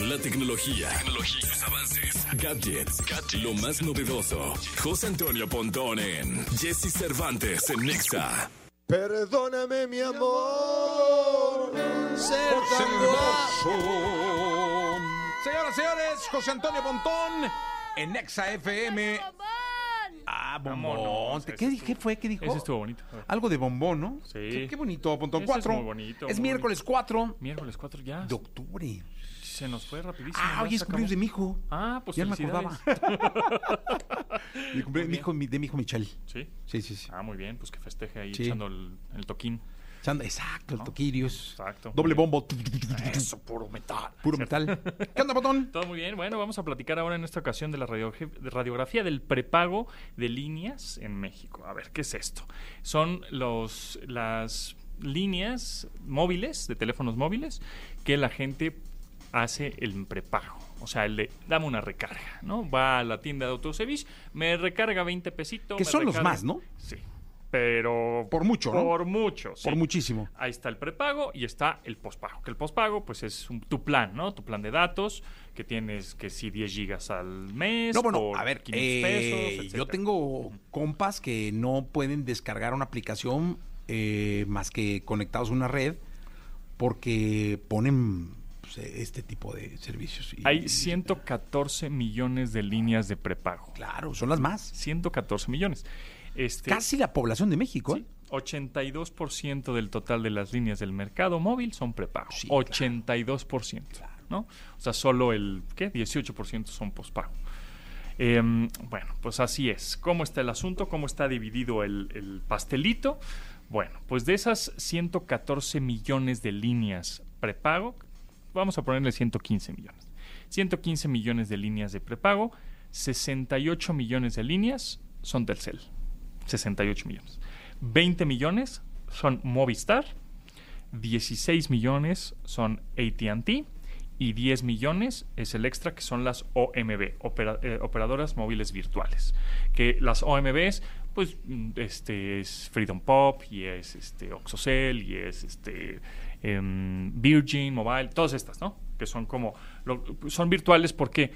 La tecnología, tecnología, sus avances, gadgets, gadgets, lo más novedoso. José Antonio Pontón en Jesse Cervantes en Nexa. Perdóname, mi amor, ser tan hermoso. Señoras, señores, José Antonio Pontón en Nexa FM. Ah, bombón. Vámonos, ¿Qué, ese dije? estuvo- ¿Qué fue? ¿Qué dijo? Ese estuvo bonito. Algo de bombón, ¿no? Sí. Qué, qué bonito, Pontón. Ese Cuatro. es muy bonito, Es muy miércoles 4 Miércoles 4 ya. de octubre. Se nos fue rapidísimo. Ah, ya hoy es se cumpleaños de acabó. mi hijo. Ah, pues Ya no me felicidades. Mi cumpleaños mi hijo- mi- de mi hijo Michelle. Sí. Sí, sí, sí. Ah, muy bien, pues que festeje ahí Sí. echando el, el toquín. Sand- Exacto, el Toquirios. Exacto. Doble Muy bien. bombo. Eso, puro metal. Puro metal. ¿Qué onda, Pontón? Todo muy bien. Bueno, vamos a platicar ahora en esta ocasión de la radiogra- de radiografía del prepago de líneas en México. A ver, ¿qué es esto? Son los las líneas móviles, de teléfonos móviles, que la gente hace el prepago. O sea, el de dame una recarga, ¿no? Va a la tienda de autoservice, me recarga 20 pesitos. Que me son los recarga- más, ¿no? Sí. Pero. Por mucho, ¿no? Por mucho, sí. Por muchísimo. Ahí está el prepago y está el pospago. Que el pospago, pues es un- tu plan, ¿no? Tu plan de datos, que tienes que si 10 gigas al mes. No, bueno, por a ver, 500 eh, pesos, yo etcétera. tengo compas que no pueden descargar una aplicación eh, más que conectados a una red porque ponen pues, eh, este tipo de servicios. Y- Hay 114 millones de líneas de prepago. Claro, son las más. 114 millones. Este, Casi la población de México. sí, ¿eh? 82% del total de las líneas del mercado móvil son prepago. Sí, claro. 82%. ¿no? O sea, solo el ¿qué? 18% son pospago. Em, bueno, pues así es. ¿Cómo está el asunto? ¿Cómo está dividido el, el pastelito? Bueno, pues de esas 114 millones de líneas prepago, vamos a ponerle 115 millones. 115 millones de líneas de prepago, 68 millones de líneas son Telcel. 68 millones. 20 millones son Movistar, 16 millones son ATT y 10 millones es el extra que son las OMB, opera- eh, operadoras móviles virtuales. Que las OMBs, pues mm, este es Freedom Pop y es este Oxocell y es este em, Virgin Mobile, todas estas, ¿no? Que son como lo- son virtuales porque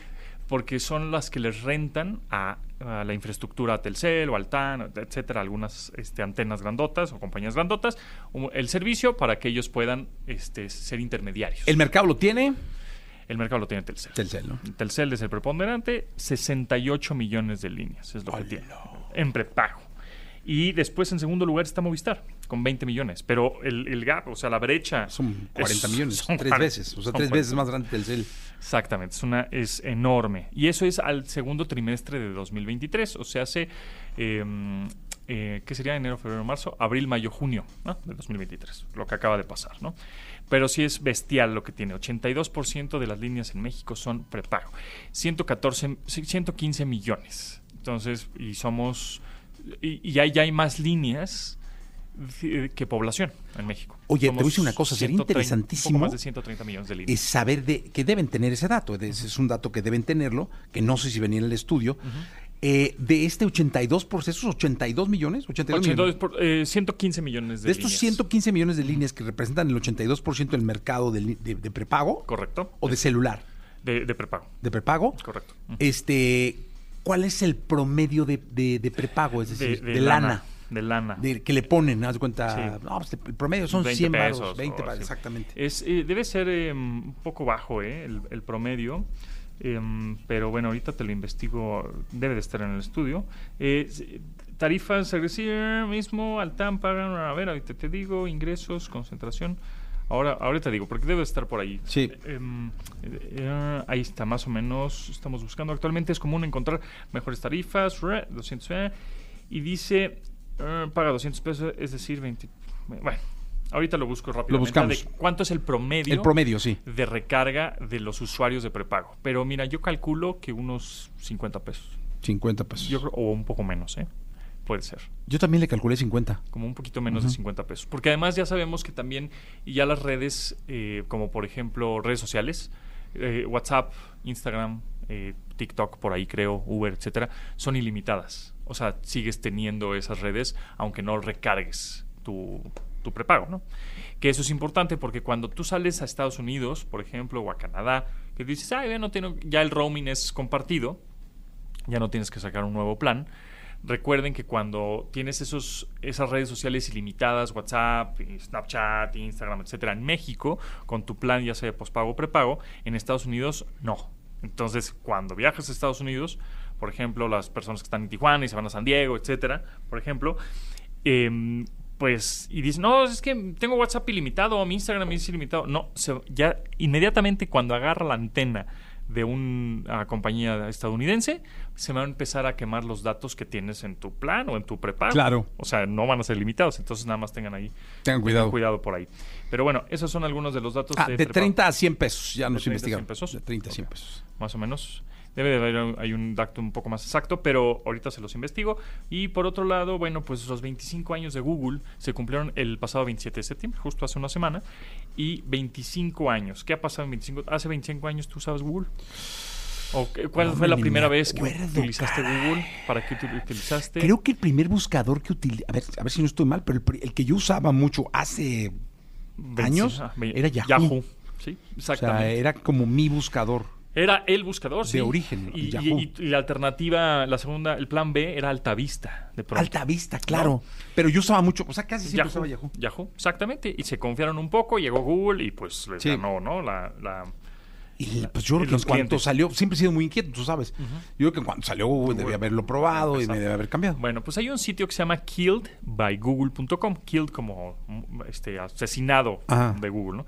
porque son las que les rentan a, a la infraestructura a Telcel o al TAN, etcétera, algunas este, antenas grandotas o compañías grandotas, un- el servicio para que ellos puedan este, ser intermediarios. El mercado lo tiene. El mercado lo tiene Telcel. Telcel, ¿no? Telcel es el preponderante, 68 millones de líneas es lo que tiene en prepago. Y después en segundo lugar está Movistar con 20 millones, pero el, el gap, o sea, la brecha Son es- 40 millones, son tres 40, veces. O sea, son tres 40. veces más grande Telcel. Exactamente, es, una, es enorme. Y eso es al segundo trimestre de 2023, o sea, hace, eh, eh, ¿qué sería? Enero, febrero, marzo, abril, mayo, junio ¿no? de 2023, lo que acaba de pasar, ¿no? Pero sí es bestial lo que tiene, 82% de las líneas en México son prepago, 114, 115 millones. Entonces, y somos, y, y ahí ya hay más líneas eh, que población en México. Oye, te Somos voy a decir una cosa, sería 130, interesantísimo poco más de 130 millones de líneas. es saber de que deben tener ese dato, es, es un dato que deben tenerlo, que no sé si venía en el estudio, eh, de este 82 procesos, 82 millones, 82 82 millones. por- eh, 115 millones de, De estos líneas. 115 millones de líneas que representan el 82% del mercado de, li- de- de prepago Correcto. o de celular, De, de prepago. de prepago, Correcto. este, ¿cuál es el promedio de, de- de prepago? Es decir, de, lana. De lana. de- que le ponen, haz de cuenta, Sí. no, pues, el promedio son 20 100 baros, pesos 20 o baros, así. exactamente. Es, eh, debe ser eh, un poco bajo eh, el, el promedio. em, pero bueno, ahorita te lo investigo. Debe de estar en el estudio. Eh, s- tarifas agresivas, mismo, Altan pagan. A ver, ahorita te digo. Ingresos, concentración. Ahora, ahorita digo, porque debe de estar por ahí. Sí. Em, eh, eh, ahí está, más o menos. Estamos buscando. Actualmente es común encontrar mejores tarifas. re, 200. eh, y dice, eh, paga 200 pesos, es decir, 20. Bueno, ahorita lo busco rápido. buscamos. ¿Cuánto es el promedio? El promedio, sí. de recarga de los usuarios de prepago. Pero mira, yo calculo que unos 50 pesos. 50 pesos. Yo creo- o un poco menos, ¿eh? Puede ser Yo también le calculé 50. como un poquito menos de 50 pesos. Porque además ya sabemos que también y ya las redes, eh, como por ejemplo redes sociales, eh, WhatsApp, Instagram, eh, TikTok, por ahí creo, Uber, etcétera, son ilimitadas. O sea, sigues teniendo esas redes aunque no recargues tu, tu prepago, ¿no? Que eso es importante porque cuando tú sales a Estados Unidos, por ejemplo, o a Canadá, que dices, ah, ya, no tengo, ya el roaming es compartido, ya no tienes que sacar un nuevo plan. Recuerden que cuando tienes esos, esas redes sociales ilimitadas, WhatsApp, eh, Snapchat, Instagram, etcétera, en México, con tu plan ya sea de pospago o prepago, en Estados Unidos no. Entonces, cuando viajas a Estados Unidos, por ejemplo, las personas que están en Tijuana y se van a San Diego, etcétera, por ejemplo, eh, pues, y dicen, no, es que tengo WhatsApp ilimitado, mi Instagram es ilimitado. No, se, ya inmediatamente cuando agarra la antena de una compañía estadounidense, se van a empezar a quemar los datos que tienes en tu plan o en tu prepago. Claro. O sea, no van a ser limitados, entonces nada más tengan ahí. Tengan cuidado. cuidado por ahí. Pero bueno, esos son algunos de los datos. Ah, de prepago. 30 a 100 pesos, ya nos 30 a 100 investigamos. pesos. De 30 a 100 Ok. pesos. más o menos. Debe de haber un- hay un dato un poco más exacto, pero ahorita se los investigo. Y por otro lado, bueno, pues los 25 años de Google se cumplieron el pasado 27 de septiembre, justo hace una semana. Y 25 años. ¿Qué ha pasado en 25? ¿Hace 25 años tú usabas Google? ¿O qué- ¿Cuál No, fue la ni me primera vez que acuerdo, utilizaste caray. Google? ¿Para qué tú lo utilizaste? Creo que el primer buscador que utilicé, a ver, a ver si no estoy mal, pero el, pri- el que yo usaba mucho hace años Ah, ve- era Yahoo. Sí, O sea, exactamente. era como mi buscador. Era el buscador, sí. De origen, Y, Yahoo. y- y la alternativa, la segunda, el plan B era Altavista. De pronto. Alta vista, claro. Pero yo usaba mucho, o sea, casi siempre usaba pues, Yahoo. Yahoo, exactamente. Y se confiaron un poco, llegó Google y pues les Sí. ganó, ¿no? La, la- Y pues yo creo Y que en cuanto los clientes. salió, siempre he sido muy inquieto, tú sabes. Yo creo que en cuanto salió debía haberlo probado y me Exacto. debía haber cambiado. Bueno, pues hay un sitio que se llama killedbygoogle.com. Killed como mm, este, asesinado Ajá. de Google, ¿no?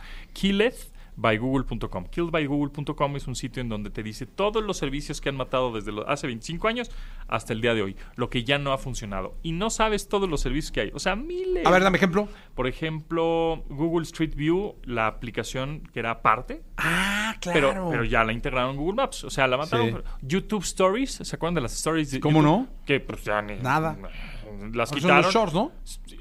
Killedbygoogle.com. Killedbygoogle.com es un sitio en donde te dice todos los servicios que han matado desde los- hace 25 años hasta el día de hoy, lo que ya no ha funcionado. Y no sabes todos los servicios que hay. O sea, miles. a ver, dame ejemplo. Por ejemplo, Google Street View, la aplicación que era aparte, Ah, Pero, pero ya la integraron en Google Maps. O sea, la mataron. Sí. YouTube Stories, ¿se acuerdan de las stories? De ¿Cómo YouTube? no? Que pues ya ni- Nada. Las Ahora son quitaron. los shorts, ¿no?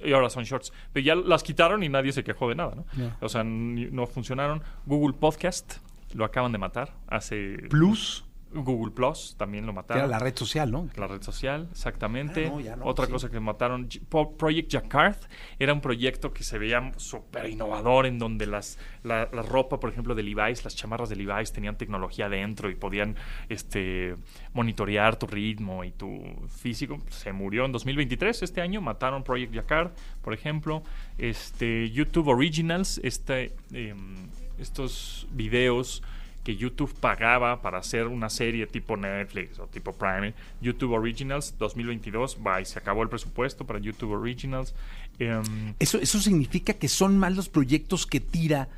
Y ahora son shorts. Pero ya las quitaron y nadie se quejó de nada, ¿no? Ya. O sea, ni- no funcionaron. Google Podcast, lo acaban de matar. Hace. Plus, Google Plus, también lo que era mataron. la red social, ¿no? La red social, exactamente. Ah, no, ya no, Otra sí. cosa que mataron, J- Po- Project Jacquard, era un proyecto que se veía súper innovador en donde las, la, la ropa, por ejemplo, de Levi's, las chamarras de Levi's tenían tecnología dentro y podían este, monitorear tu ritmo y tu físico. Se murió en 2023, este año mataron Project Jacquard, por ejemplo. Este, YouTube Originals, este, em, estos videos que YouTube pagaba para hacer una serie tipo Netflix o tipo Prime, YouTube Originals 2022, bye, se acabó el presupuesto para YouTube Originals. Em, Eso, eso significa que son más los proyectos que tira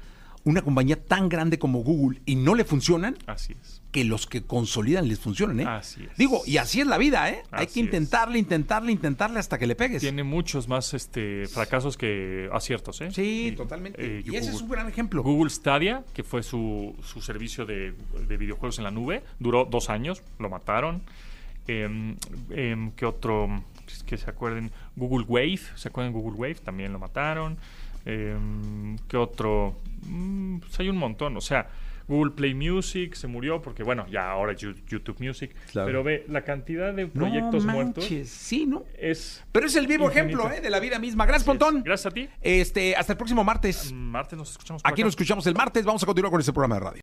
una compañía tan grande como Google y no le funcionan así es. que los que consolidan les funcionan, ¿eh? Así es. Digo, y así es la vida, ¿eh? Hay Así que es. intentarle, intentarle, intentarle hasta que le pegues. Tiene muchos más este, fracasos que aciertos, ¿eh? Sí, Y, totalmente. eh, y ese Google- es un gran ejemplo. Google Stadia, que fue su, su servicio de, de videojuegos en la nube, duró dos años, lo mataron. Em, em, ¿Qué otro? Es Que se acuerden. Google Wave, ¿se acuerdan de Google Wave? También lo mataron. Em, ¿Qué otro? Mm, pues hay un montón, o sea. Google Play Music se murió porque, bueno, ya ahora Yu- YouTube Music. Claro. Pero ve, la cantidad de No proyectos muertos manches, Sí, ¿no? es. Pero es el vivo Infinito. ejemplo, ¿eh? De la vida misma. Gracias, Pontón. Gracias a ti. Este, hasta el próximo martes. Martes nos escuchamos. por Aquí acá. nos escuchamos el martes. Vamos a continuar con este programa de radio.